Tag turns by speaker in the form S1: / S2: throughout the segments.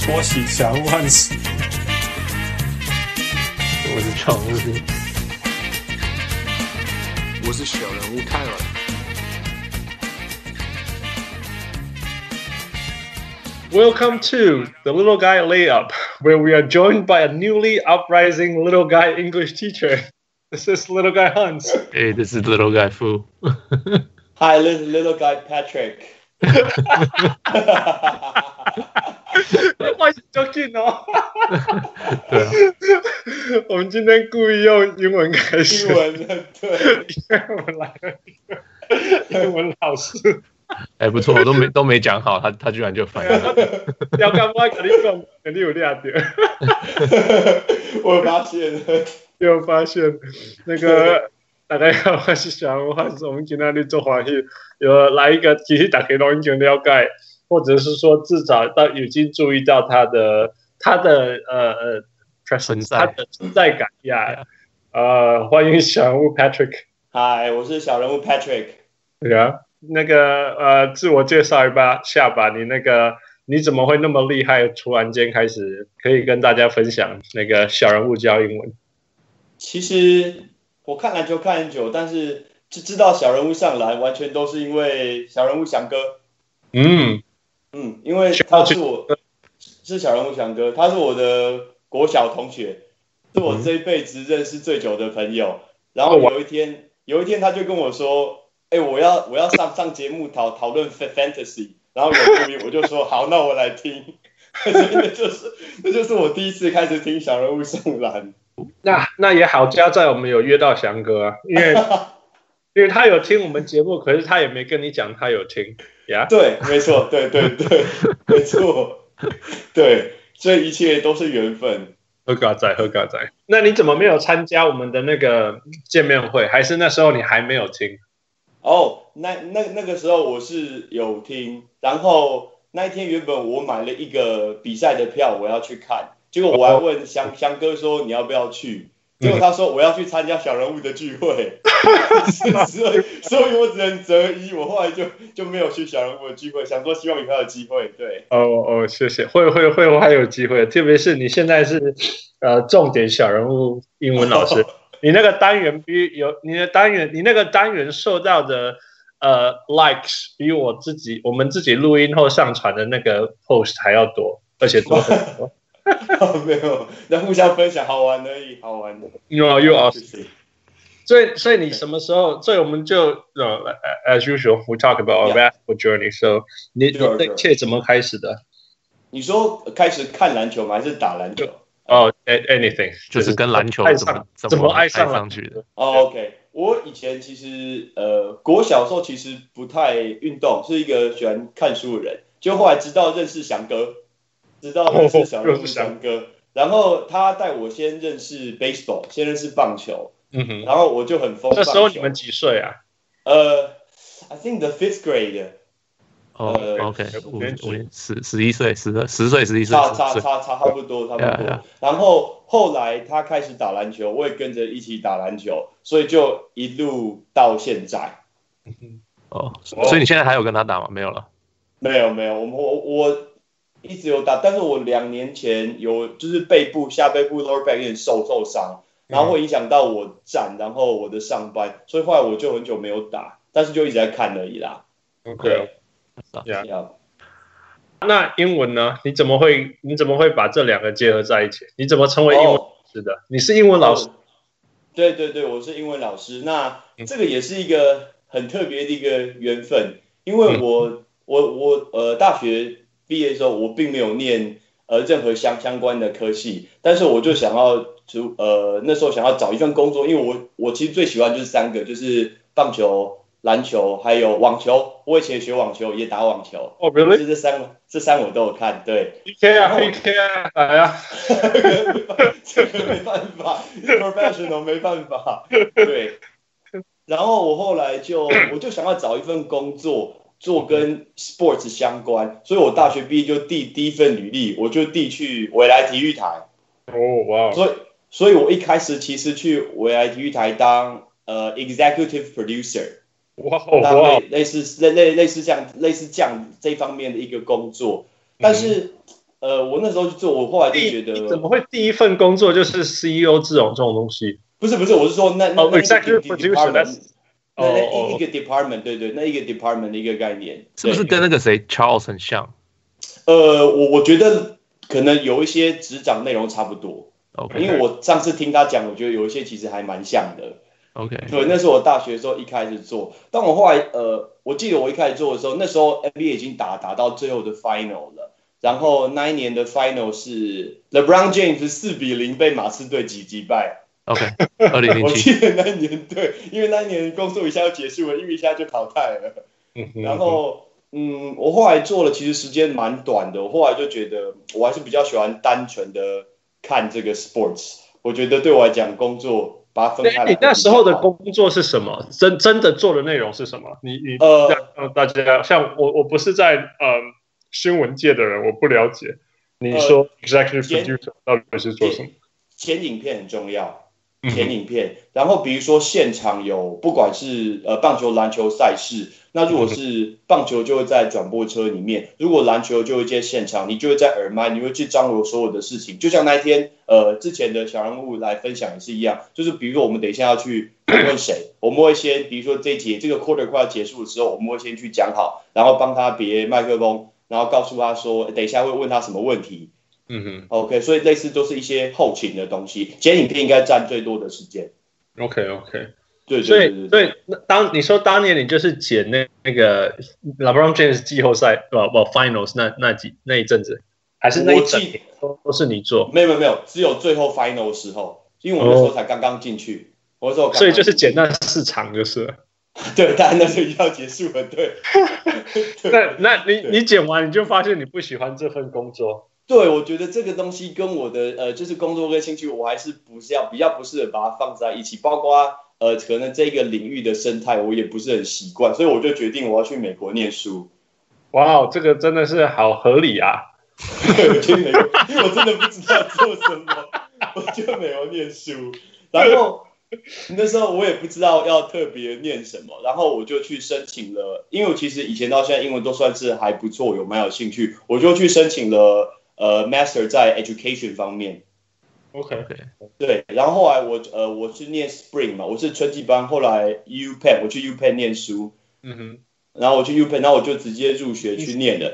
S1: twice each hour once.
S2: 我是常务兵，
S3: 我是小人物泰尔。
S2: Welcome to the Little Guy Layup, where we are joined by a newly uprising little guy English teacher. This is little guy Hans.
S4: Hey, this is little guy Fu.
S5: Hi, little, little guy Patrick.
S2: Why is Ducky not?
S4: 对啊，
S2: 我们今天故意用英文开始
S5: 英，文的 对，
S2: 因为我们来了一个英文老师，
S4: 哎、不错，我都没都没讲好，他他居然就反应了。
S2: 要干嘛？肯定用肯定有亮点。
S5: 我发现了，
S2: 又发现那个大家要我是想，我还是我们今天去做欢喜，有来一个其实大家都已经了解，或者是说至少到已经注意到他的他的呃呃 presence，
S4: 在
S2: 他的存在感呀。呃，欢迎小人物 Patrick，
S5: 嗨，我是小人物 Patrick。
S2: 对啊，那个呃，自我介绍一吧，下吧，你那个。你怎么会那么厉害？突然间开始可以跟大家分享那个小人物教英文。
S5: 其实我看篮球看很久，但是就知道小人物上篮，完全都是因为小人物翔哥。
S2: 嗯，
S5: 嗯，因为他是我是小人物翔哥，他是我的国小同学，是我这一辈子认识最久的朋友。然后有一天，有一天他就跟我说：“哎、我要我要上上节目讨讨论 fa- fantasy。”然后有注意，我就说：“ 好，那我来听。” 所以那就是那就是我第一次开始听小人物上篮。
S2: 那那也好，加在我们有约到翔哥、啊，因为因为他有听我们节目，可是他也没跟你讲他有听呀。
S5: 对，没错，对对对， 没错， 对，这一切都是缘分。
S2: 喝嘎仔，喝嘎仔，那你怎么没有参加我们的那个见面会？还是那时候你还没有听？
S5: 哦，那那那个时候我是有听，然后那一天原本我买了一个比赛的票，我要去看，结果我还问翔翔哥说你要不要去，结果他说我要去参加小人物的聚会，所以所以我只能择一，我后来就就没有去小人物的聚会，想说希望以后有机会，对，
S2: 哦哦，谢谢，会会会，我还有机会，特别是你现在是呃重点小人物英文老 师，你那个单元比有你的单元，你那个单元受到的呃 likes 比我自己我们自己录音后上传的那个 post 还要多，而且 多很多。
S5: 没有，那互相分享好玩而已，好玩的，
S2: You are, you are.
S5: 谢谢。
S2: 啊所以，所以你什么时候？所以我们就呃，as usual, we talk about our
S5: Yeah.
S2: basketball journey. So，你你
S5: Sure,
S2: 这
S5: sure.
S2: 一切怎么开始的？
S5: 你说开始看篮球吗？还是打篮球？
S2: 哦、a n y t h i n g
S4: 就是跟篮球
S2: 爱
S4: 怎么
S2: 上
S4: 怎
S2: 怎
S4: 么
S2: 么
S4: 爱
S2: 爱上
S4: 上
S2: 篮
S4: 去的。
S5: 哦、o k 我以前其实呃，国小的时候其实不太运动，是一个喜欢看书的人。就后来知道认识翔哥，知道认识 小人物翔哥，然后他带我先认识 baseball，先认识棒球，
S2: 嗯哼，
S5: 然后我就很疯棒球。
S2: 那时候你们几岁啊？
S5: 呃，I think the fifth grade，
S4: 哦、
S5: 呃
S4: o k
S2: 五
S4: 五
S2: 年级
S4: 五年十十一岁，十二十岁，十一岁，
S5: 差
S4: 十
S5: 差
S4: 岁。
S5: 差差差不多差不多。
S4: Yeah, yeah.
S5: 然后后来他开始打篮球，我也跟着一起打篮球，所以就一路到现在。
S4: 哦，所以你现在还有跟他打吗？没有了。
S5: 没有没有，我们我我一直有打，但是我两年前有就是背部下背部 lower back 有点受受伤，然后会影响到我站，然后我的上班，所以后来我就很久没有打，但是就一直在看而已啦。
S2: OK，Yeah.
S5: 呀
S2: 那英文呢？你怎么会你怎么会把这两个结合在一起？你怎么成为英文老
S5: 哦
S2: 师的你是英文老师，
S5: 对对对，我是英文老师。那这个也是一个很特别的一个缘分，因为我、
S2: 嗯
S5: 我我呃大学毕业的时候，我并没有念呃任何相相关的科系，但是我就想要就呃那时候想要找一份工作，因为我我其实最喜欢就是三个，就是棒球、篮球还有网球。我以前也学网球，也打网球，
S2: 哦
S5: 就
S2: ，really？
S5: 是这三个这三个我都有看，对。
S2: 你 k 啊
S5: 哦
S2: ，PK 啊，来啊！
S5: 这个没办法，professional 没办法。对，然后我后 来就我就想要找一份工作，
S2: 嗯
S5: 做跟 sports 相关，所以我大学毕业就递第一份履历，我就递去未来体育台。
S2: 哦，哇哦，
S5: 所以，所以我一开始其实去未来体育台当呃 executive producer，
S2: 哇哦，
S5: 那
S2: 哇哦，
S5: 类类似类类类似像类似这样这方面的一个工作，但是呃，我那时候去做，我后来就
S2: 第
S5: 觉得
S2: 你怎么会第一份工作就是 CEO 这种这种东西？
S5: 不是不是，我是说那那
S2: 哦
S5: 那一个
S2: ，executive
S5: de-
S2: producer，
S5: department，
S2: that's-
S5: 那
S2: 哦
S5: 那一
S2: 哦
S5: 一个 department，对对，那一个 department 的一个概念，
S4: 是不是
S5: 对
S4: 跟那个谁 Charles 很像
S5: 呃，我我觉得可能有一些执掌内容差不多，因为
S4: ？OK
S5: 我上次听他讲，我觉得有一些其实还蛮像的。
S4: OK，
S5: 对，那是我大学的时候一开始做，但我后来呃，我记得我一开始做的时候，那时候 NBA 已经打打到最后的 final 了，然后那一年的 final 是 LeBron James 四比零被马刺队击击败，
S4: OK，二零零
S5: 我
S4: 七，
S5: 记得那一年对，因为那一年工作一下就结束了，因为一下就淘汰了。
S2: 嗯
S5: 然后，嗯，我后来做了，其实时间蛮短的。我后来就觉得，我还是比较喜欢单纯的看这个 sports。我觉得对我来讲，工作把它分开
S2: 哎，
S5: 来。
S2: 你那时候的，工作是什么？真真的做的内容是什么？你你
S5: 呃
S2: 让大家像我，我不是在呃新闻界的人，我不了解。你
S5: 呃
S2: 说 executive
S5: 剪
S2: producer 到底是做什么？
S5: 剪影片很重要，
S2: 嗯
S5: 剪影片。然后比如说现场有，不管是呃棒球、篮球赛事，那如果 是棒球就会在转播车里面，如果篮球就会接现场，你就会在耳麦，你会去张罗所有的事情。就像那一天呃之前的小人物来分享也是一样，就是比如说我们等一下要去 问谁，我们会先比如说这一节这个 quarter 快要结束的时候，我们会先去讲好，然后帮他别麦克风，然后告诉他说等一下会问他什么问题。
S2: 嗯
S5: OK，所以类似都是一些后勤的东西，剪影片应该占最多的时间。
S2: 哼，OK OK。
S5: 对
S2: 所
S5: 对
S2: 以所
S5: 对对，
S2: 以那当你说当年你就是剪那那个呃 LeBron James 季后赛不不 Finals 那那几那一阵子，还是那一
S5: 我
S2: 整
S5: 记
S2: 都都是你做，
S5: 没有没有没有，只有最后 final 的时候，因为我那时候才刚刚进去，我那时候刚刚
S2: 所以就是剪那四场就是了。
S5: 对，但那时候要结束了，对
S2: 那那你
S5: 对
S2: 你剪完你就发现你不喜欢这份工作，
S5: 对，我觉得这个东西跟我的呃，就是工作跟兴趣，我还是不是要比较不适合把它放在一起，包括呃，可能这个领域的生态我也不是很习惯，所以我就决定我要去美国念书。
S2: 哇哦，这个真的是好合理啊！
S5: 对，去美国，因为我真的不知道做什么，我去美国念书，然后那时候我也不知道要特别念什么，然后我就去申请了，因为我其实以前到现在英文都算是还不错，有蛮有兴趣，我就去申请了呃 master 在 education 方面。
S2: OK，
S5: 对，然后后来我呃我是念 spring 嘛，我是春季班，后来 U Penn 我去 U Penn 念书，
S2: 嗯哼，
S5: 然后我去 U E Penn，然后我就直接入学去念了，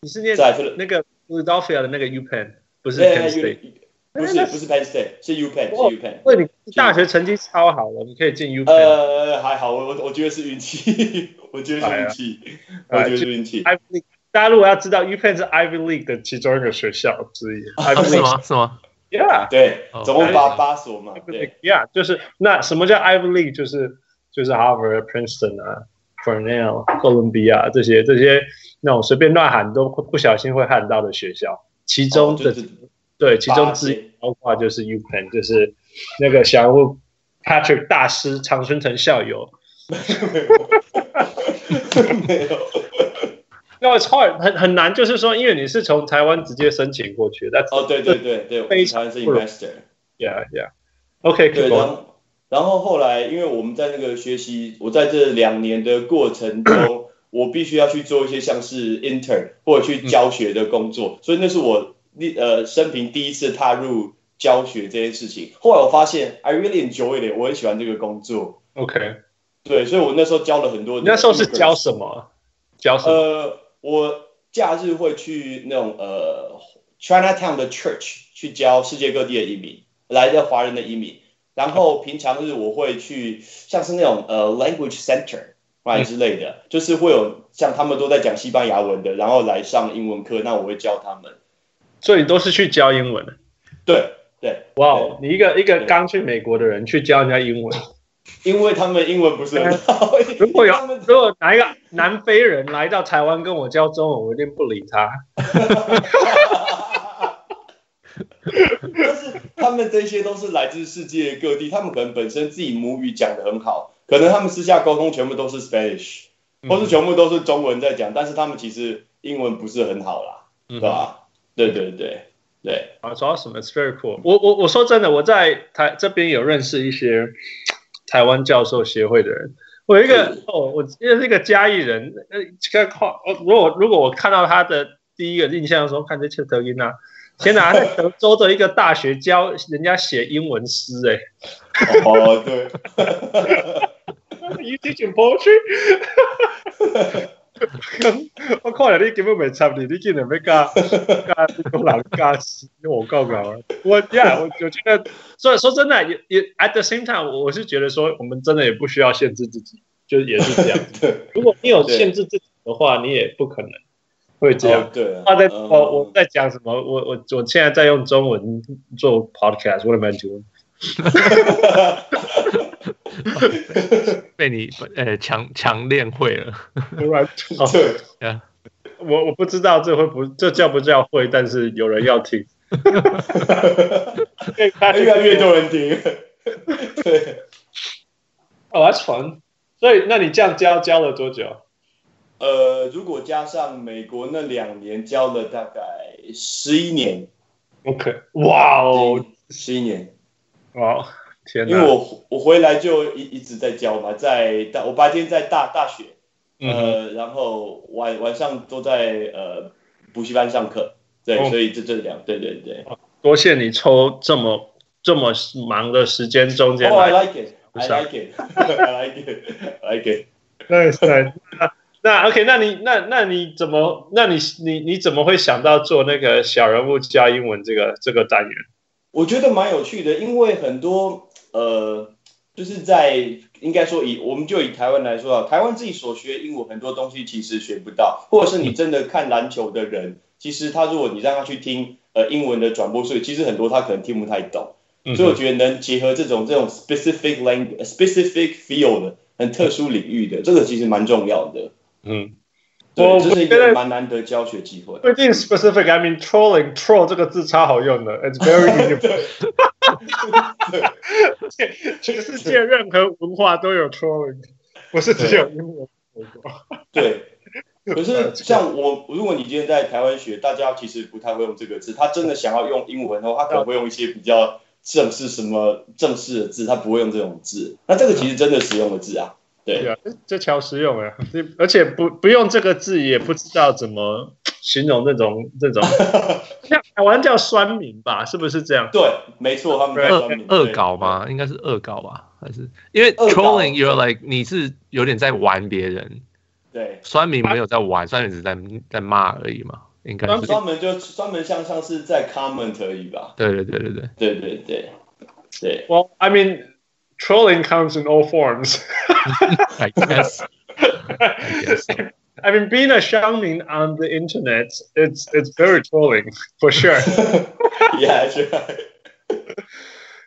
S2: 你是念
S5: 在这里
S2: 那个 Philadelphia 的那个 U Penn，不是
S5: 对
S2: Penn
S5: 对
S2: State。
S5: 对，哎不是不是 Penn State，是 U Penn 是 U Penn。
S2: 为你大学成绩超好了，你可以进 U Penn。
S5: 呃，还好，我我我觉得是运气，我觉得是运气，
S2: 哎
S5: 我
S2: 呀
S5: 觉得是运气。
S2: Ivy League，大家如果要知道，U Penn 是 Ivy League 的其中一个学校之一。Ivy
S4: 啊是
S2: League，
S4: 吗？是吗？
S2: Yeah，
S5: 对
S4: 哦，
S5: 总共八
S4: 哎
S5: 八所嘛，对，
S2: Yeah，就是那什么叫 Ivy League，就是就是 Harvard、Princeton 啊、Cornell、哥伦比亚这些这些那种随便乱喊都不不小心会喊到的学校，其中
S5: 哦
S2: 的、
S5: 就是
S2: 对其中
S5: 八
S2: 之
S5: 间
S2: 一包括就是 U Penn，就是那个小人物 Patrick 大师常春藤校友。
S5: 没有，
S2: 那 it's hard 很很难，就是说，因为你是从台湾直接申请过去，That's
S5: 哦，对对对对，我
S2: 非
S5: 们
S2: 常
S5: 台湾是 investor，
S2: yeah yeah。OK，
S5: 对，
S2: keep
S5: 然
S2: going
S5: 后然后后来，因为我们在那个学习，我在这两年的过程 中，我必须要去做一些像是 intern 或者去教学的工
S2: 嗯
S5: 作，所以那是我第呃生平第一次踏入教学这件事情。后来我发现，I really enjoy it，我很喜欢这个工作。
S2: OK。
S5: 对，所以我那时候教了很多。
S2: 你那时候是教什么？教什么？
S5: 呃，我假日会去那种呃 Chinatown 的 church 去教世界各地的移民，来自华人的移民。然后平常日我会去像是那种呃 language center
S2: 嗯
S5: right 之类的，就是会有像他们都在讲西班牙文的，然后来上英文课，那我会教他们。
S2: 所以你都是去教英文的。
S5: 对对，
S2: 哇哦，你一个一个
S5: 对
S2: 刚去美国的人去教人家英文，
S5: 因为他们英文不是很好。
S2: 嗯 如果有
S5: 他们
S2: 如果哪一个南非人来到台湾跟我教中文，我一定不理他。
S5: 但是他们这些都是来自世界各地，他们可能本身自己母语讲得很好，可能他们私下沟通全部都是 Spanish，或
S2: 嗯
S5: 是全部都是中文在讲，但是他们其实英文不是很好啦，
S4: 嗯
S5: 对吧？对对对对，
S2: 啊，主要什么？It's very cool 我。我我说真的，我在台这边有认识一些台湾教授协会的人。我有一个
S5: 是
S2: 呃哦，我认识一个嘉义人，呃，这个话，我如果如果我看到他的第一个印象说，看这切德音啊，天哪，他在德州的一个大学教人家写英文诗、欸，
S5: 哦，对，
S2: 哎，You teaching poetry？我看了你根本没插你，你竟然没加加东南加西，我告诉啊，我呀，我我觉得，所以说真的也也 at the same time，我是觉得说我们真的也不需要限制自己，就也是这样子。
S5: 对，
S2: 如果你有限制自己的话，你也不可能会这样
S5: 哦。对啊，
S2: 话在
S5: 嗯
S2: 我我在讲什么？我我我现在在用中文做 podcast，我 am I doing？
S4: 被你呃强强练会了。
S2: 突然哦，
S5: 对，
S2: 我我不知道这会不这叫不叫会，但是有人要 听，
S5: 越来越多人听， 对。
S2: 哦，还传。所以，那你这样教教了多久？
S5: 呃，如果加上美国那两年，教了大概十一年，
S2: OK，哇哦，
S5: 十一年，
S2: 哇，哦天
S5: 因
S2: 哪！
S5: 为我我回来就一一直在教嘛，在大我白天在大大学，
S2: 嗯
S5: 呃，然后晚晚上都在呃补习班上课，对，
S2: 哦
S5: 所以这这两，对对对。
S2: 多谢你抽这么这么忙的时间中间
S5: Oh, I
S2: 来
S5: like it.
S2: 不
S5: I
S2: 是啊
S5: like it. I like it. I like it.
S2: 对对，那那 OK，那你那那你怎么，那你你你怎么会想到做那个小人物加英文这个这个单元？
S5: 我觉得蛮有趣的，因为很多呃，就是在应该说以我们就以台湾来说啊，台湾自己所学英文很多东西其实学不到，或者是你真的看篮球的人，其实他如果你让他去听呃英文的转播，所以其实很多他可能听不太懂。
S2: 嗯
S5: 所以我觉得能结合这种这种 specific language、specific field 很特殊领域的，这个其实蛮重要的。
S2: 嗯，我
S5: 对，这是一
S2: 我觉
S5: 个
S2: 得
S5: 蛮难得教学机会。
S2: 不一定 specific，I mean trolling troll 这个字超好用的，it's very universal。全世界任何文化都有 trolling，不是只有英文。
S5: 对，可
S2: 这
S5: 是
S2: 个
S5: 像我，如果你今天在台湾学，大家其实不太会用这个字。他真的想要用英文的话，他可能会用一些比较正式什么正式的字，他不会用这种字。那这个其实真的实用的字啊，
S2: 对
S5: 对
S2: 啊，这这超实用哎，而且不不用这个字也不知道怎么形容那种这种，像台湾叫酸民吧，是不是这样？
S5: 对，没错，他们在
S4: 恶
S5: 专门
S4: 恶搞？吗？应该是恶搞吧，还是因为
S5: 恶搞
S4: trolling you're like 你是有点在玩别人，
S5: 对，
S4: 酸民没有在玩，酸民只是在在骂而已嘛，应该
S5: 对
S4: 是。
S5: 专门就专门像像是在 comment 而已吧。
S4: 对对对对对，
S5: 对对对对，
S2: Well, I mean, trolling comes in all forms.
S4: I guess I guess so.
S2: I mean, being a shaman on the internet, it's it's very trolling for sure.
S5: ，Yeah，sure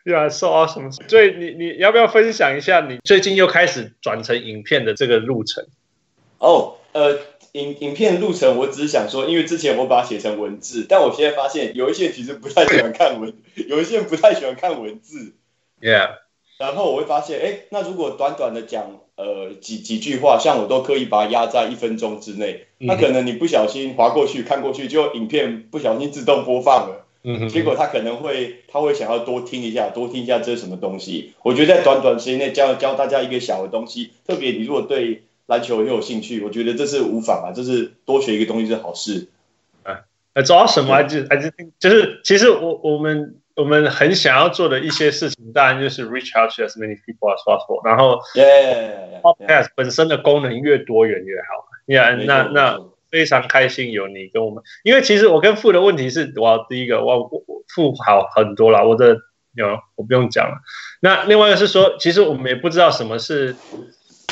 S2: Yeah, it's so awesome. 所以你你要不要分享一下你最近又开始转成影片的这个路程？
S5: 哦，呃，影影片路程，我只是想说，因为之前我把它写成文字，但我现在发现有一些人其实不太喜欢看文， 有一些人不太喜欢看文字。
S2: Yeah，
S5: 然后我会发现，哎，那如果短短的讲呃几几句话，像我都刻意把它压在一分钟之内，那可能你不小心划过去看过去，就影片不小心自动播放了。
S2: 嗯
S5: 结
S2: 哼，
S5: 果他可能会，他会想要多听一下，多听一下这是什么东西。我觉得在短短时间内教教大家一个小的东西，特别你如果对篮球很有兴趣，我觉得这是无妨啊，这是多学一个东西是好事。
S2: It's awesome. I just I just think 就是其实我我们我们很想要做的一些事情，当然就是 reach out to as many people as possible，然后
S5: 耶、yeah,
S2: podcast 本身的功能越多元越好。Yeah，那那
S5: 没错
S2: 非常开心有你跟我们，因为其实我跟富的问题是，我第一个我我我富好很多了，我的有我不用讲了。那另外一个是说，其实我们也不知道什么是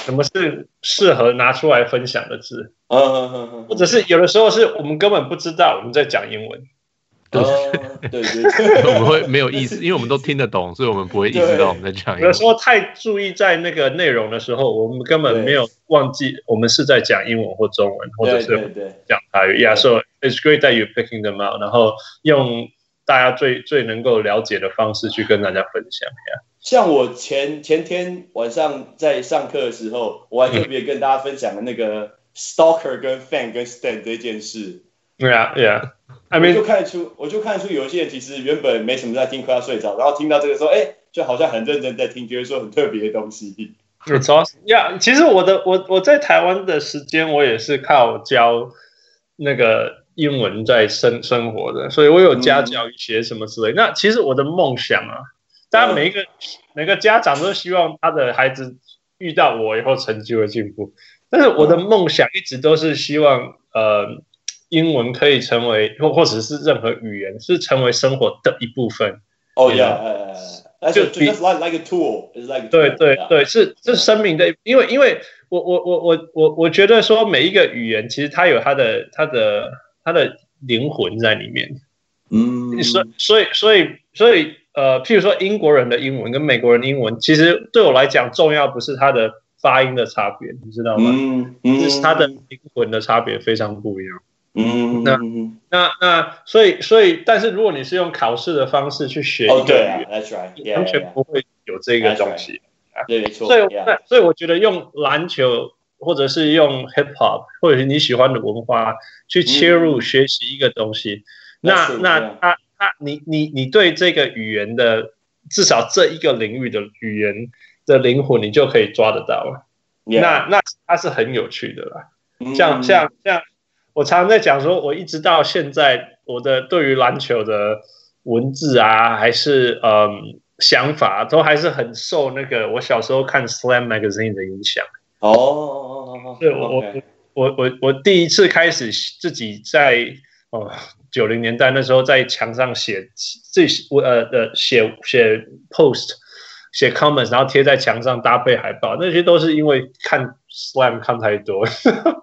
S2: 什么是适合拿出来分享的字，
S5: 嗯嗯嗯
S2: 或者是有的时候是我们根本不知道我们在讲英文。
S5: 嗯，对对对，
S4: 我们会没有意识，因为我们都听得懂，所以我们不会意识到我们在讲英
S2: 有的
S4: 文
S2: 时。候太注意在那个内容的时候，我们根本没有忘记我们是在讲英文或中文，或者
S5: 对
S2: 是
S5: 对对，
S2: 讲台语。Yeah, so it's great that you picking them out，然后用大家最最能够了解的方式去跟大家分享。
S5: 像我前前天晚上在上课的时候，我还特别跟大家分享了那个 stalker 跟 fan 跟 stand 这件事。
S2: Yeah, yeah. I
S5: 我就
S2: mean,
S5: 看得出，我就看得出有一些人其实原本没什么在听，快要睡着，然后听到这个说，哎、就好像很认真在听，觉得说很特别的东西。
S2: it's awesome. Yeah，其实我的我我在台湾的时间，我也是靠教那个英文在生生活的，所以我有家教学什么之类。那其实我的梦想啊，当然每一个、每个家长都希望他的孩子遇到我以后成绩会进步，但是我的梦想一直都是希望呃英文可以成为或或者是任何语言是成为生活的一部分。
S5: Oh
S2: Yeah.
S5: yeah, yeah, yeah, yeah. That's,
S2: To
S5: a,
S2: be-
S5: 哎 that's like like a tool. It's like a
S2: 对
S5: tool,
S2: 对
S5: yeah.
S2: 对，是是生命的，因为因为我我我我我我觉得说每一个语言其实它有它的它的它的灵魂在里面，
S5: 嗯，
S2: 所以所以所以所以呃，譬如说英国人的英文跟美国人的英文，其实对我来讲重要不是它的发音的差别，你知道吗？
S5: 嗯嗯，
S2: 是它的灵魂的差别非常不一样。
S5: 嗯，
S2: 那
S5: 嗯
S2: 那那所以所以，但是如果你是用考试的方式去学
S5: 哦
S2: 一个
S5: 对
S2: 语
S5: 啊
S2: 言，
S5: ，That's right，yeah,
S2: 完
S5: yeah,
S2: 全
S5: yeah.
S2: 不会有这个东西。
S5: 对，没错，
S2: 所以
S5: yeah.
S2: 那所以我觉得用篮球或者是用 hip hop 或者是你喜欢的文化去切入学习一个东西，那
S5: That's it,
S2: 那
S5: 嗯 yeah.
S2: 那那你你你对这个语言的至少这一个领域的语言的灵魂，你就可以抓得到了。那那它是很有趣的啦。
S5: 那
S2: 像像像，我常常在讲说，我一直到现在，我的对于篮球的文字啊，还是嗯想法，都还是很受那个我小时候看 Slam Magazine 的影响。
S5: 哦哦哦哦，
S2: 对我
S5: OK
S2: 我我我第一次开始自己在哦九零年代那时候在墙上写自己我呃呃写写 post 写 comments，然后贴在墙上搭配海报，那些都是因为看 Slam 看太多。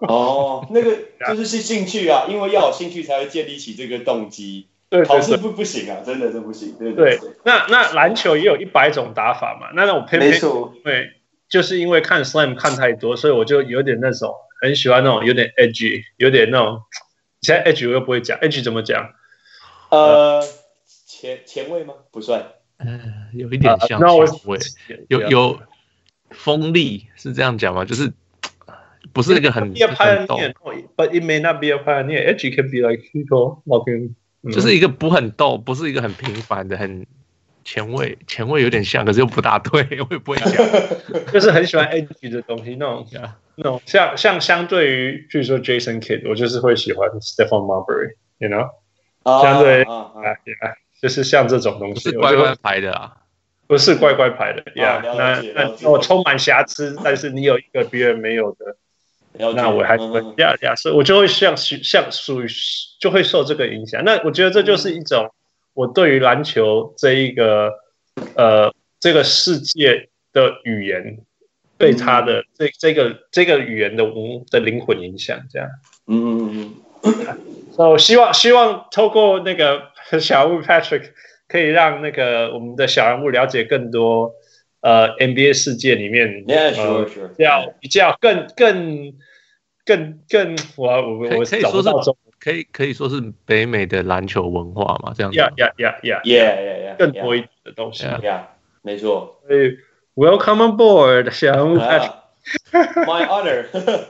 S5: 哦，那个就是是兴趣啊，因为要有兴趣才会建立起这个动机。
S2: 对对
S5: 考
S2: 对。
S5: 试不不行啊，真的是不行。对
S2: 对
S5: 对，
S2: 那那篮球也有一百种打法嘛，那那我偏
S5: 没
S2: 偏
S5: 错。
S2: 对，就是因为看 slam 看太多，所以我就有点那种很喜欢那种有点 edgy，有点那种。现在 edge 我又不会讲，edge 怎么讲？
S5: 呃，前前卫吗？不算。
S4: 嗯，有一点像
S2: 啊那我
S4: 前卫，有有锋利是这样讲吗？就是不是一个很
S2: be a
S4: 很动，
S2: pioneer，but it may not be a pioneer. Edge can be like people walking，嗯
S4: 就是一个不很逗，不是一个很平凡的很。前卫，前卫有点像，可是又不大对，我也不会讲。
S2: 就是很喜欢 edge 的东西，那种
S4: Yeah
S2: 那种像像相对于，譬如说 Jason Kidd，我就是会喜欢 Stephon Marbury，you know，
S5: 啊
S2: 相对
S5: 啊啊
S2: 啊，yeah，就是像这种东
S4: 不
S2: 西，
S4: 是
S2: 我
S4: 乖
S2: 就会
S4: 乖牌的啊，
S2: 不是乖乖牌的呀。
S5: 哦了
S2: 那
S5: 解了
S2: 那
S5: 解
S2: 那我充满瑕疵，但是你有一个别人没有的，
S5: 了解
S2: 那我还是会
S5: 嗯嗯
S2: 呀呀，所以我就会像像属于就会受这个影响。那我觉得这
S5: 嗯
S2: 就是一种我对于篮球这一个呃这个世界的语言。对他
S5: 嗯
S2: 的这这个这个语言的文的灵魂影响，这样，
S5: 嗯嗯嗯
S2: 那我希望希望透过那个 小人物 Patrick，可以让那个我们的小人物了解更多呃 NBA 世界里面
S5: 嗯，Yeah
S2: 呃
S5: sure sure，
S2: 比较比较更更更更我我我
S4: 可
S2: 我
S4: 以可以
S2: 找不
S4: 说是
S2: 到中
S4: 可以可以说是北美的篮球文化嘛，这样子吗。
S2: 呀呀呀呀
S5: Yeah yeah yeah，
S2: 更多一点的东西，
S4: Yeah
S5: Yeah，没错。
S2: 所以 Welcome aboard 小人物 Patrick。
S5: 啊 My honor，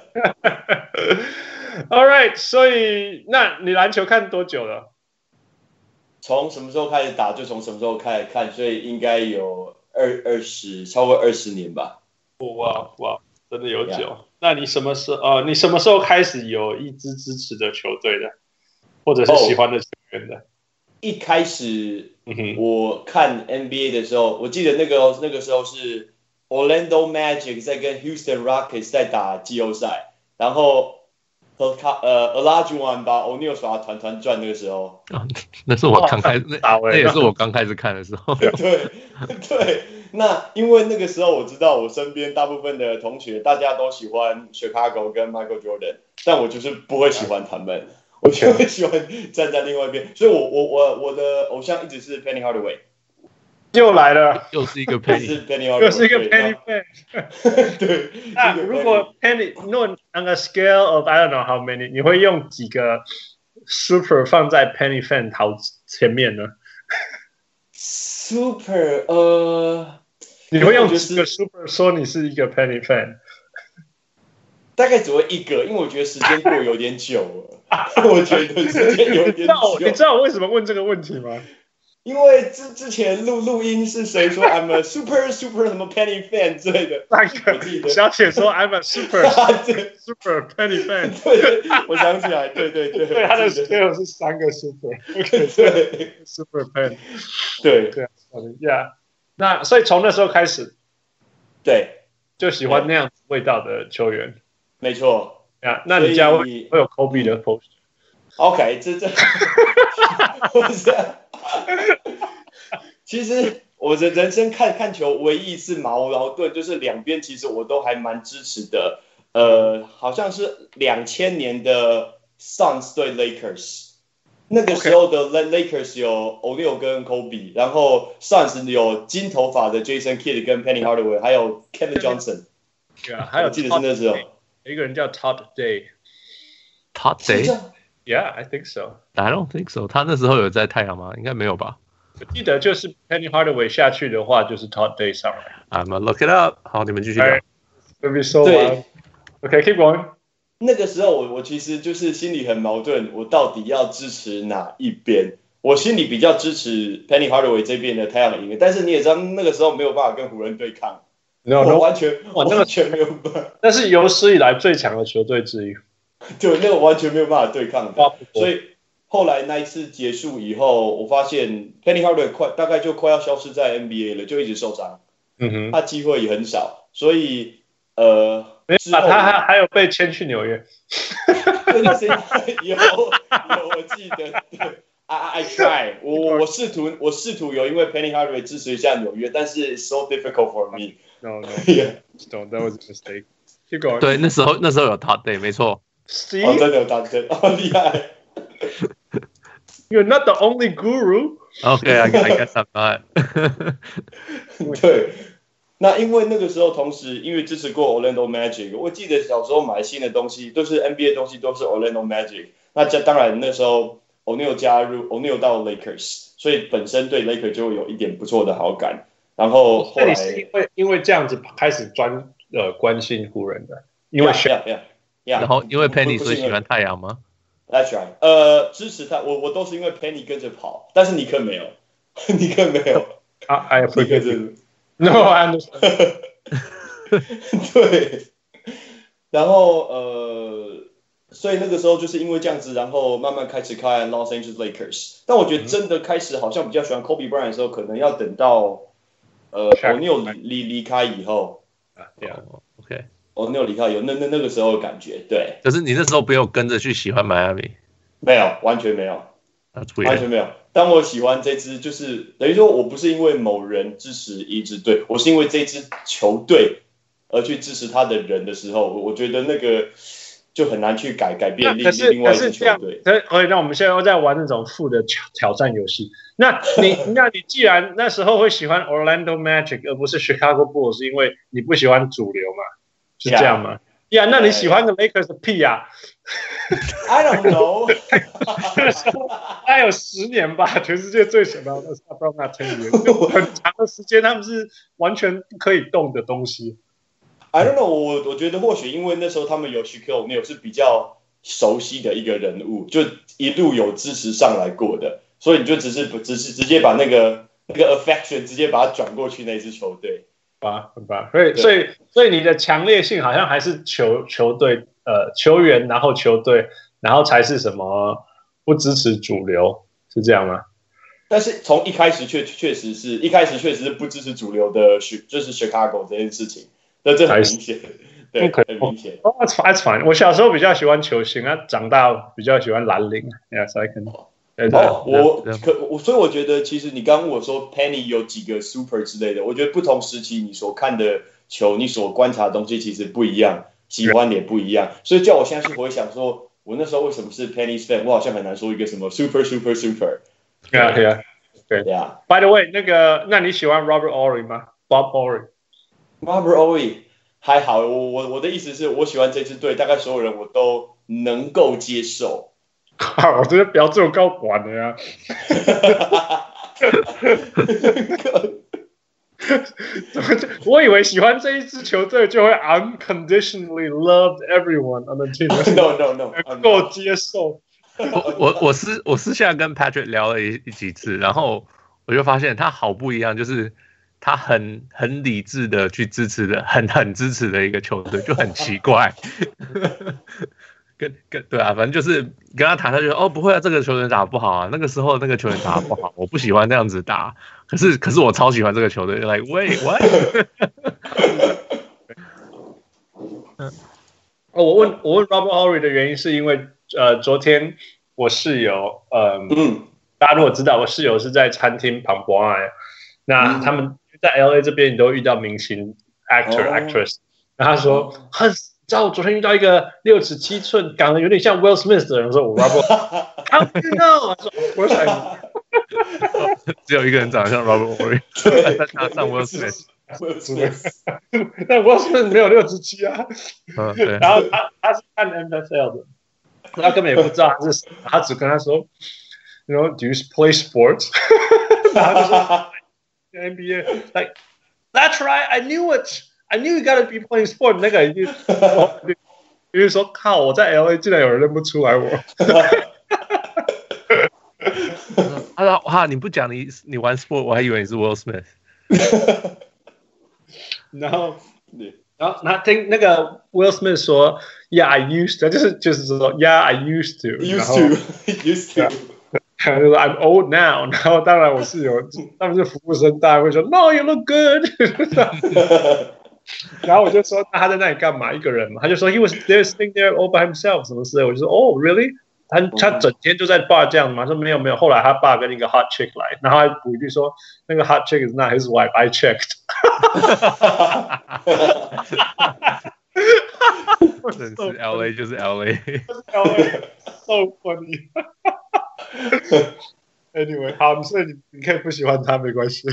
S2: All right，所以那你篮球看多久了？
S5: 从什么时候开始打就从什么时候开始看，所以应该有二二十超过二十年吧。
S2: 哇哇，真的有久。那你什么时候？呃，你什么时候开始有一支支持的球队的，或者是
S5: 哦
S2: 喜欢的球员的？
S5: 一开始
S2: 嗯哼，
S5: 我看 NBA 的时候，我记得那个哦那个时候是 Orlando Magic 在跟 Houston Rockets 在打季后赛，然后和他呃 Olajuwon 把 O'Neal 耍得团团转那个 时候，
S4: 啊，那是我刚开始，那
S2: 打
S4: 那
S2: 位
S4: 也是我刚开始看的时候。
S5: 欸对啊对，那因为那个时候我知道我身边大部分的同学大家都喜欢 Chicago 跟 Michael Jordan，但我就是不会喜欢他们，我就会喜欢站在另外一边，所以我我我我的偶像一直是 Penny Hardaway，
S2: 又来了，
S4: 又是一个
S5: 就
S4: Penny，
S5: 是 Penny Hardaway，
S2: 又是一个
S5: 对
S2: Penny fan。
S5: 对，
S2: 那
S5: 这个
S2: 如果 Penny，如果 on a scale of I don't know how many，你会用几个 super 放在 Penny fan 头前面呢？
S5: super 呃，
S2: 你会用
S5: 我觉得
S2: 几个 super 说你是一个 Penny fan？
S5: 大概只会一个，因为我觉得时间过得有点久了，我觉得时间有
S2: 你
S5: 点
S2: 知道我你知
S5: 久。
S2: 道我为什么问这个问题吗？
S5: 因为之之前录录音是谁说 I'm a super super 什么 Penny fan 之类的，
S2: 那
S5: 我记
S2: 个
S5: 得
S2: 小铁说 I'm a super
S5: 对
S2: super penny fan，
S5: 对，我想起来，对对 对，
S2: 对，他的
S5: 我记得
S2: scale 是三个 super
S5: 对
S2: super penny。
S5: 对
S2: ，Yeah，那所以从那时候开始
S5: 对，
S2: 就喜欢那样子味道的球员。
S5: 没错。
S2: 啊，那你家
S5: 所
S2: 会
S5: 以
S2: 会有 Kobe 的 post？
S5: OK，这这，不是。其实我的人生看看球唯一一次矛矛盾，就是两边其实我都还蛮支持的。呃，好像是两千年的 Suns 对 Lakers，那个时候的 La- Lakers 有 O'Neal 跟 Kobe，然后 Suns 有金头发的 Jason Kidd 跟 Penny Hardaway，还有 Kevin Johnson。
S2: 对啊，还有
S5: 我记得是那时候
S2: Todd Day，有一个人叫 Todd Day，Yeah，I
S4: Top Day。
S2: think so。
S4: I don't think so。他那时候有在太阳吗？应该没有吧。
S2: 我记得就是 Penny Hardaway 下去的话，就是 Todd Day 上来。
S4: I'm gonna look it up。好，你们继续聊
S2: Alright。Maybe so
S5: 对
S2: OK，keep going。
S5: 那个时候我我其实就是心里很矛盾，我到底要支持哪一边？我心里比较支持 Penny Hardaway 这边的太阳赢，但是你也知道那个时候没有办法跟湖人对抗，
S2: No
S5: 我
S2: no，
S5: 完全
S2: 哦哇
S5: 我
S2: 那个
S5: 完全没有办法，
S2: Oh，那是有史以来最强的球队之一。
S5: 对，那个完全没有办法对抗的。
S2: 巴布
S5: 所
S2: 以
S5: 以后来那一次结束以后，我发现 Penny Hardaway 快大概就快要消失在 NBA 了，就一直受伤，
S2: 嗯哼，
S5: 他机会也很少，所以呃，
S2: 没
S5: 之
S2: 有啊，
S5: 后
S2: 他还还有被签去纽约。
S5: 对，那谁有有，我记得。对，I I try，我我我试图我试图有因为 Penny Hardaway 支持一下纽约，但 是 it's so difficult for me。
S2: No no，
S5: Yeah，
S2: don't that was a mistake. Keep going.
S4: 对，那时候那时候有 Top Day，没错。
S5: 哦，
S2: See,
S5: 真的有打针，哦，厉害。
S2: you're not the only guru.
S4: OK，I、I guess I'm not 。
S5: 对，那因为那个时候同时因为支持过 Orlando Magic，我记得小时候买新的东西都是 NBA 的东西都是 Orlando Magic。那加当然那时候 O'Neal 加入 O'Neal 到 Lakers，所以本身对 Lakers 就有一点不错的好感。然后后
S2: 那
S5: 来
S2: 你是因为因为这样子开始专呃关心湖人的，因为
S5: Yeah,
S2: 选
S5: yeah, yeah, yeah.
S4: 然后因为
S5: 不不
S4: Penny
S5: 不
S4: 所
S5: 是
S4: 以
S5: 因为
S4: 喜欢太阳吗？
S5: That's right，呃，支持他，我我都是因为 Penny 跟着跑，但是尼克没有， 尼克没 有，
S2: 啊，I
S5: 尼克
S2: forget
S5: 真
S2: you.
S5: 的
S2: No, I understand.
S5: 对，然后呃，所以那个时候就是因为这样子，然后慢慢开始看 Los Angeles Lakers。但我觉
S2: 嗯
S5: 得真的开始好像比较喜欢 Kobe Bryant 的时候，可能要等到呃
S2: Shaq
S5: 我 n e l 离离开以后
S2: 对啊，
S4: 哦 OK，
S5: 我 n e l 离开以后，那那那个时候的感觉，对，
S4: 可是你那时候不有跟着去喜欢迈阿密
S5: 没有，完全没有。
S4: ？That's
S5: 完
S4: weird。
S5: 全没有。当我喜欢这支，就是等于说我不是因为某人支持一支队，我是因为这支球队而去支持他的人的时候，我我觉得那个就很难去改改变另
S2: 可是
S5: 另外
S2: 可
S5: 一支
S2: 是
S5: 球
S2: 这样
S5: 队。，
S2: 可可以，那我们现在又在玩那种负的挑挑战游戏。那你 那你既然那时候会喜欢 Orlando Magic 而不是 Chicago Bulls，是因为你不喜欢主流嘛？是这样吗？呀，那你喜欢的 Lakers 是屁呀、
S5: I don't know，
S2: 大概有十年吧， 全世界最强的差不多那 ten years，就 很长的时间，他们是完全不可以动的东西。
S5: I don't know，我我觉得或许因为那时候他们有 s h i k o n e 是比较熟悉的一个人物，就一路有支持上来过的，所以你就只是只是直接把那个那个 affection 直接把它转过去那支球队。
S2: 吧，很吧，所以
S5: 对
S2: 所以所以你的强烈性好像还是球球队呃球员，然后球队，然后才是什么不支持主流，是这样吗？
S5: 但是从一开始确确实是一开始确实是不支持主流的，就是 Chicago 这件事情，那这很明显，对，
S2: OK
S5: 很明显。
S2: 哦、that's fine, that's fine。我小时候比较喜欢球星，啊，长大比较喜欢蓝领。Yes, I can. 对对
S5: 哦，我
S4: 对对
S5: 可我所以我觉得，其实你刚问我说 Penny 有几个 Super 之类的，我觉得不同时期你所看的球，你所观察的东西其实不一样，喜欢也不一样。所以叫我现在去回想说，我那时候为什么是 Penny fan，我好像很难说一个什么 Super Super Super，
S2: ，Yeah, yeah.
S5: 对啊。
S2: By the way，那个，那你喜欢 Robert Ory 吗？Bob Ory？
S5: Robert Ory 还好，我我我的意思是我喜欢这支队，大概所有人我都能够接受。
S2: 靠，我觉得不要这么高管的呀。怎么这？我以为喜欢这一支球队就会 unconditionally love everyone on the team，
S5: no no no，
S2: 能够接受。
S4: 我我我私我私下跟 Patrick 聊了一一几次，然后我就发现他好不一样，就是他很很理智的去支持的，很很支持的一个球队，就很奇 怪。跟跟对啊，反正就是跟他谈，他就说哦不会啊，这个球员打不好啊，那个时候那个球员打不好，我不喜欢那样子打。可是可是我超喜欢这个球队，like wait what？
S2: 哦，我问我问 Robert Ory 的原因是因为呃，昨天我室友呃，
S5: 嗯，
S2: 大家如果知道我室友是在餐厅旁边哎，那
S5: 嗯
S2: 他们在 LA 这边你都遇到明星 actor、
S5: 哦
S2: actress，然后他说很。你知道我昨天遇到一个六尺七寸、长得有点像 Will Smith 的人，我说我 Robert，How do you know？他说 Of course I know
S4: 只有一个人长得像 Robert Ory，
S5: 对，
S4: 再加 上 Will Smith，
S5: Will Smith
S2: 但 Will Smith 没有六尺七啊。
S4: 嗯对，
S2: 然后他他是看 NFL 的，他根本也不知道他是谁，他只跟他说，you know do you play sports？然后就说 NBA like that's right I knew it I knew you gotta be playing sport 那个就就是说靠我在 LA 竟然有人认不出来 我，
S4: 他说哇你不讲你你玩 sport，我还以为你是 Will Smith。
S2: 然后
S5: 对
S2: 然后然后听那个 Will Smith 说 Yeah I used to 就是就是说 Yeah I used to 然后
S5: Used to, used to，
S2: 他 就说 I'm old now，然后当然我是有， 他们是服务生，当然会说 No, you look good 。 然后我就说那他在那里干嘛？一个人嘛，他就说 He was there sitting there all by himself 什么之类。我就说 Oh, really？他他整天就在 bar 这样嘛？他说没有没有。后来他爸跟一个 hot chick 来，然后还补一句说那个 hot chick is not his wife, I checked。
S4: 真是 L A 就是 L A，
S2: so funny 。Anyway，好，所以你你可以不喜欢他没关系。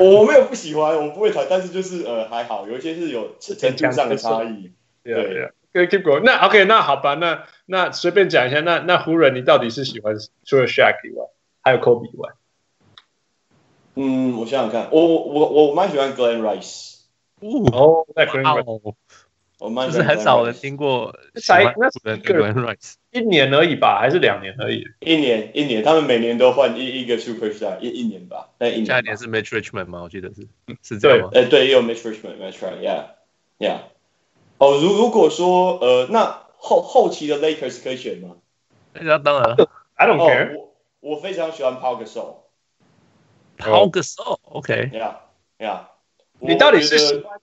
S5: 我没有不喜欢，我不会弹，但是就是呃还好，有一些是有程度上的差异。
S2: 对呀，可以 keep going。那 OK，那好吧，那那随便讲一下，那那湖人你到底是喜欢除了 Shaq 以外，还有 Kobe 以外，
S5: 嗯，我想想看，我我我我蛮喜欢 Glenn Rice，
S4: 哦，
S2: 哦，那 g r e
S4: 哇哦，
S5: 我蛮
S4: 就
S5: 喜
S4: 是
S5: 欢 Glenn Rice。
S4: 很少人听过喜欢人 Glenn Rice，
S2: 一年而已吧，还是两年而已？
S5: 一年一年，他们每年都换一一个 superstar，一一年吧，那一年吧。
S4: 下一年是 Mitch Richmond 吗？我记得是是这
S2: 对
S4: 样吗？
S5: 呃，对，也有 Mitch Richmond，Mitch Richmond，yeah，yeah。哦，如如果说呃，那后后期的 Lakers 可以选吗？
S4: 那当 然了，
S2: I don't
S5: 哦
S2: care。，
S5: 我我非常喜欢 Paul Gasol，yeah，yeah。
S4: 抛个手，OK，
S2: 你到底
S5: 我
S2: 是
S5: 觉
S2: 喜
S5: 得
S2: 欢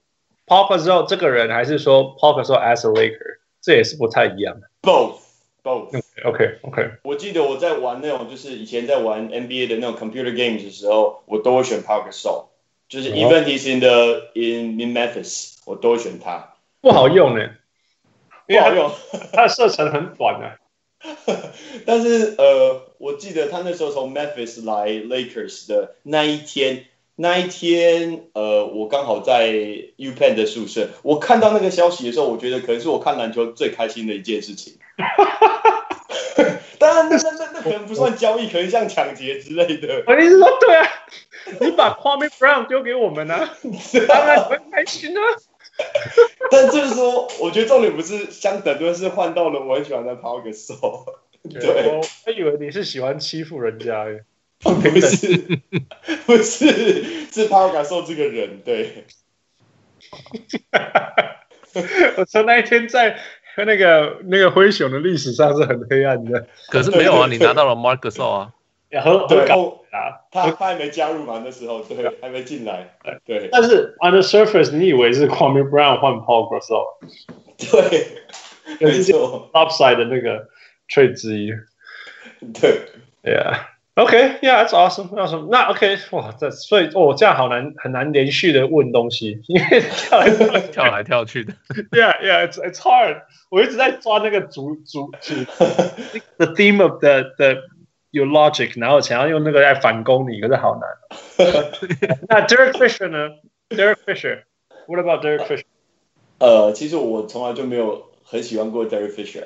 S2: Paul Gasol 这个人，还是说 Paul Gasol as a Laker？这也是不太一样的。
S5: both both？
S2: OK OK，
S5: 我记得我在玩那种，就是以前在玩 NBA 的那种 computer games 的时候，我都会选 Paul Gasol，就是
S2: 哦
S5: even he's in the in in Memphis，我都会选他，哦
S2: 不好用呢，因为
S5: 不好
S2: 他
S5: 用。
S2: 他的射程很短啊。
S5: 但是呃，我记得他那时候从 Memphis 来 Lakers 的那一天，那一天呃，我刚好在 U Penn 的宿舍，我看到那个消息的时候，我觉得可能是我看篮球最开心的一件事情。 当然，那那那那可能不算交易，可能像抢劫之类的。
S2: 我的意思说，对啊， 你把 Kwame Brown 丢给我们啊，当然你会开心啊。
S5: 但就是说，我觉得重点不是相等，就是换到了我很喜欢的 Paul g a s o 对
S2: 我我以为你是喜欢欺负人家 耶。
S5: 不是 不是是 Paul g a s o 这个人，对。
S2: 我说那一天在那个那个灰熊的历史上是很黑暗的，
S4: 可是没有啊，
S5: 对对
S4: 你拿到了 Mark Gasol 啊，
S2: 然后很
S5: 对，
S2: 搞
S5: 后
S2: 啊。
S5: 他他还没加入嘛，那时候对，还没进来， 对
S2: 但是 on the surface，你以为是 Kwame Brown 换 Paul Gasol
S5: 对，
S2: 可
S5: 没
S2: 是这
S5: 错，
S2: upside 的那个 trade 之一
S5: 对，
S2: ，Yeah。OK，Yeah，that's、awesome，awesome。那 OK，哇，这所以哦，这样好难很难连续的问东西，因为跳来跳去
S4: 跳来跳去的，
S2: ，Yeah，Yeah，it's it's hard。我一直在抓那个主主主 the theme of the the your logic，然后想要用那个来反攻你，可是好难。 那 Derek Fisher 呢？Derek Fisher，What about Derek Fisher？
S5: 呃，其实我从来就没有很喜欢过 Derek Fisher，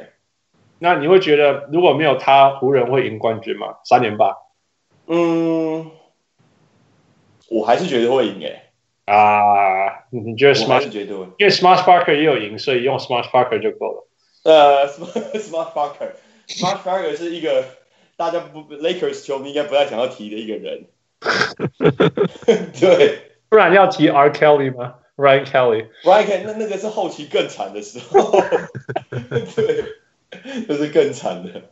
S2: 那你会觉得如果没有他，湖人会赢冠军吗？三连霸
S5: 嗯，我还是觉得会赢诶，
S2: 啊？你你觉得
S5: 我还是
S2: Smart？
S5: 觉得会，
S2: 因为 Smart Parker 也有赢，所以用 Smart Parker 就够了。
S5: 呃，Smart Smart Parker，Smart Parker 是一个大家不 Lakers 球迷应该不太想要提的一个人， 对
S2: 不然要提 R Kelly 吗？Ryan Kelly，
S5: ，Ryan Kelly- 那那个是后期更惨的时候， 对， 就是更惨的。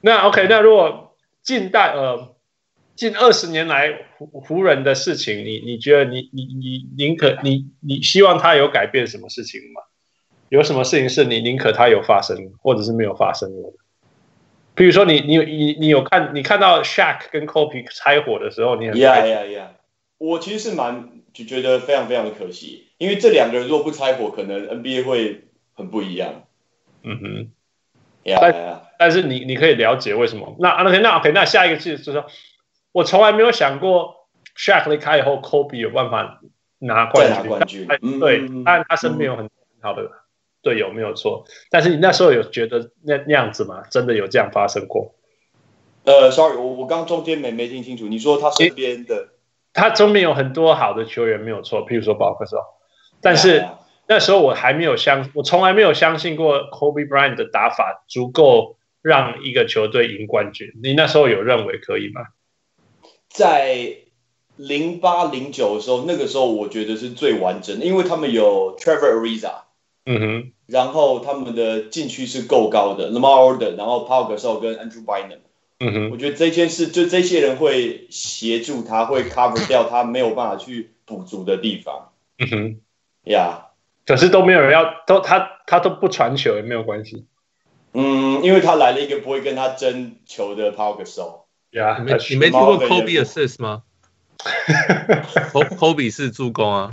S2: 那 OK，那如果近代呃近二十年来湖湖人的事情，你你觉得你你你宁可你你希望他有改变什么事情吗？有什么事情是你宁可它有发生，或者是没有发生过的？比如说你你你你有看你看到 Shaq 跟 Kobe 拆伙的时候，你很开
S5: 呀
S2: 心
S5: 呀呀！我其实是蛮就觉得非常非常的可惜，因为这两个人如果不拆伙，可能 NBA 会很不一样。
S2: 嗯哼。
S5: 呀呀呀！
S2: 但是你你可以了解为什么。那啊 OK，那 OK，那下一个是就是说，我从来没有想过 Shaq 离开以后，Kobe 有办法拿冠
S5: 再
S2: 军。
S5: 拿冠军
S2: 但，
S5: 嗯
S2: 对
S5: 嗯，
S2: 但他身边有很很好的队友，没有错。但是你那时候有觉得那那样子吗？真的有这样发生过？
S5: 呃，sorry，我我刚中间没没听清楚，你说他身边的，
S2: 他中间有很多好的球员，没有错，譬如说保克手。但是
S5: 呀
S2: 那时候我还没有相，我从来没有相信过 Kobe Bryant 的打法足够让一个球队赢冠军。你那时候有认为可以吗？
S5: 在零八零九的时候，那个时候我觉得是最完整的，因为他们有 Trevor Ariza，
S2: 嗯哼，
S5: 然后他们的禁区是够高的，Lamar Odom，然后 Paul Gasol 跟 Andrew Bynum。
S2: 嗯哼。
S5: 我觉得这件事就这些人会协助他， 会 cover 掉他没有办法去补足的地方
S2: 嗯哼，
S5: 呀。
S2: 可是都没有人要，都他他都不传球也没有关系。
S5: 嗯，因为他来了一个不会跟他争球的 Paul Gasol，
S2: 呀
S4: 你没你没听过 Kobe assist 吗 Ko-？Kobe 是助攻啊，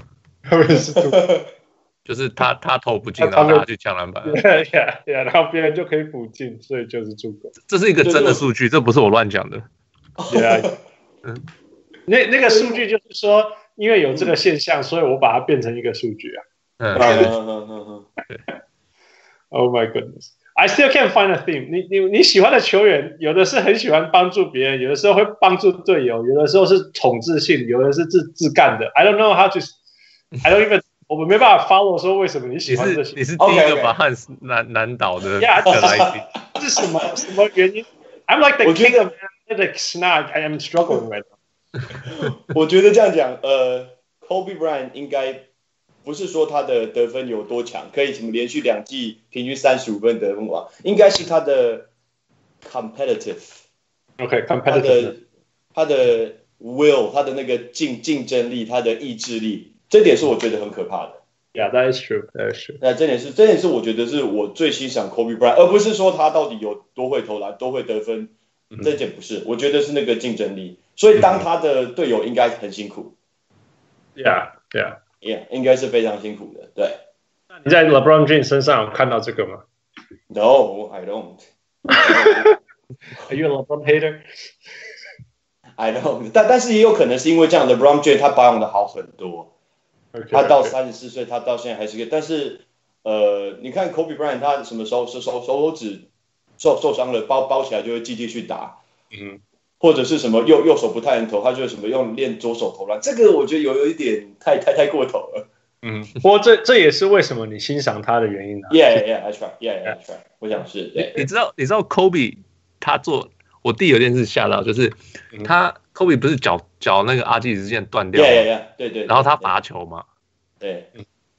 S2: 是主
S4: 就是他他投不进，
S2: 他
S4: 然后
S2: 他
S4: 大
S2: 们
S4: 家去抢篮板，啊
S2: 呀呀，然后别人就可以补进，所以就是助攻。
S4: 这是一个真的数据，这不是我乱讲的。
S2: Yeah.
S4: 嗯
S2: 那那个数据就是说，因为有这个现象，所以我把它变成一个数据啊。
S4: 嗯，
S5: 嗯
S2: Oh my goodness. I still can't find a theme. 你你你喜欢的球员，有的是很喜欢帮助别人，有的时候会帮助队友，有的时候是统治性，有的是自自干的。I don't know how to. I don't even. 我们没办法 follow 说为什么你喜
S4: 你
S2: 欢这
S4: 是
S2: 些。
S4: 你是第一
S5: OK，OK
S4: 个把汉斯难难倒的
S2: Yeah，
S4: 克莱西，
S2: 这是什么什么原因？I'm like the
S5: 我觉
S2: king
S5: 得
S2: of analytics now. I am struggling right now.
S5: 我觉得这样讲，呃，Kobe Bryant 应该不是说他的得分有多强，可以什么连续两季平均三十五分得分王，应该是他的 competitive。
S2: OK,
S5: 他
S2: competitive.
S5: 的他的 will，他的那个竞竞争力，他的意志力，这点是我觉得很可怕的。
S2: Yeah, that is true. That is true.
S5: 那这点是，这点是我觉得是我最欣赏 Kobe Bryant，而不是说他到底有多会投篮、多会得分，这点不是，我觉得是那个竞争力。所以当他的队友应该很辛苦
S2: Yeah, yeah.
S5: ，Yeah，应该是非常辛苦的。对
S2: 你在 LeBron James 身上有看到这个吗
S5: ，No，I don't。
S2: ？Are you a LeBron hater?
S5: I don't，但 但是也有可能是因为这样的 Brown J 他保养的好很多，
S2: OK，
S5: 他到
S2: OK
S5: 三十四岁，他到现在还是个，但是呃，你看 Kobe Bryant 他什么时候手手手指受受伤了，包包起来就会继续去打，
S2: 嗯，
S5: 或者是什么右右手不太能投，他就什么用练左手投篮，这个我觉得有有一点太太太过头 了。
S2: 嗯，不过 Mm-hmm. 这这也是为什么你欣赏他的原因啊。
S5: Yeah yeah I try yeah yeah I try，我想是对，
S4: 你知道你知道 Kobe 他做我弟有件事吓到，就是
S2: 嗯
S4: 他 Kobe 不是脚脚那个阿基里斯腱断掉
S5: yeah
S4: 吗
S5: yeah yeah 对对，
S4: 然后他
S5: 对
S4: 罚球嘛。
S5: 对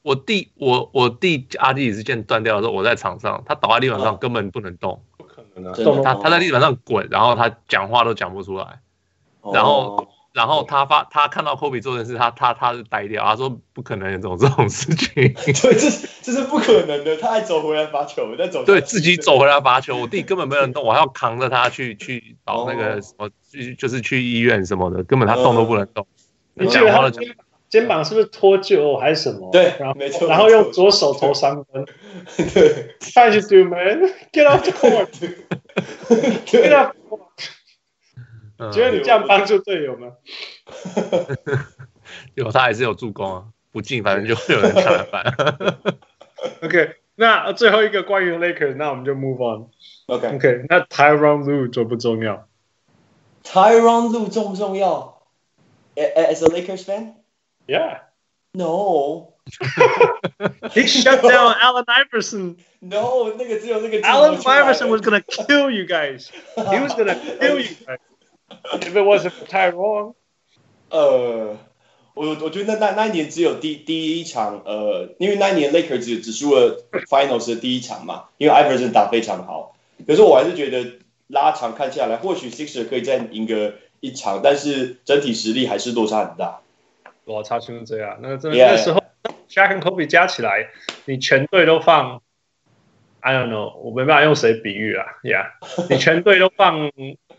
S4: 我弟我我弟阿基里斯腱断掉的时候，我在场上，他倒在地板上
S5: 哦
S4: 根本不能动，
S2: 不可能啊
S5: 真的
S2: 动
S4: 他
S5: 哦
S4: 他在地板上滚，然后他讲话都讲不出来。然
S5: 哦
S4: 后然
S5: 嗯
S4: 后他发他看到 Kobe 做这件事，他他他是呆掉，他说不可能有这种 这种事情，
S5: 对，这是这是不可能的，他还走回来罚球，再 走
S4: 对自己走回来罚球，我弟根本没人动，我还要扛着他去去找那
S5: 哦
S4: 个什么，去就是去医院什么的，根本他动都不能动。
S2: 你记
S4: 讲
S2: 得
S4: 话
S2: 他
S4: 都讲
S2: 肩膀肩膀是不是脱臼还是什么？
S5: 对
S2: 然后
S5: 没错
S2: 然后用左手投三分。
S5: 对
S2: Thank you, dude, man. Get off the court.
S5: 对
S2: Get off. the court.
S4: 嗯
S2: 觉得你这样帮助队友吗？
S4: 有他还是有助攻啊，不进反正就会有人抢 篮板。
S2: OK，那最后一个关于 Lakers，那我们就 move on。
S5: ，OK。
S2: OK，那 Tyron Lue 重不重要？
S5: Tyron Lue 重不重要？A- a- As a Lakers fan,
S2: Yeah,
S5: no,
S2: he shut down Allen Iverson.
S5: no，那个只有那个字母
S2: Allen
S5: 出来了
S2: Iverson was gonna kill you guys. He was gonna kill you guys if it wasn't for Tyron.
S5: 呃，我我觉得那那那一年只有第第一场，呃，因为那一年 Lakers 只只输了 Finals 的第一场嘛，因为 Iverson 打非常好，可是我还是觉得拉长看下来，或许 Sixer 可以再赢个一场，但是整体实力还是落差很大。
S2: 我超凶这样，那真的
S5: Yeah,
S2: 那时候 Shaq 跟 Kobe 加起来，你全队都放，I don't know，我没办法用谁比喻啊，Yeah，你全队都放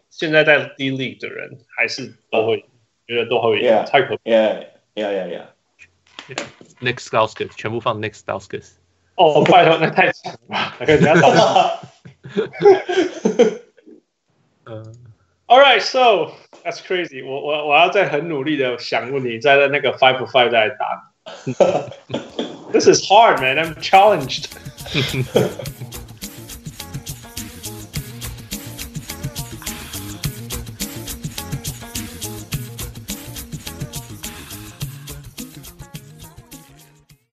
S2: 现在在 D League 的人，还是都会觉得都会赢
S5: Yeah.
S2: 太可
S5: Yeah, yeah, yeah, yeah.
S4: Nick s t a u s k a s 全部放 Nick s t a u s k a s
S2: 哦，拜托那太强了吧，那个人家 打不赢
S4: 嗯，
S2: All right, so that's crazy 我。我我要再很努力的想问你，在那个 five for five 再来答你。This is hard, man. I'm challenged.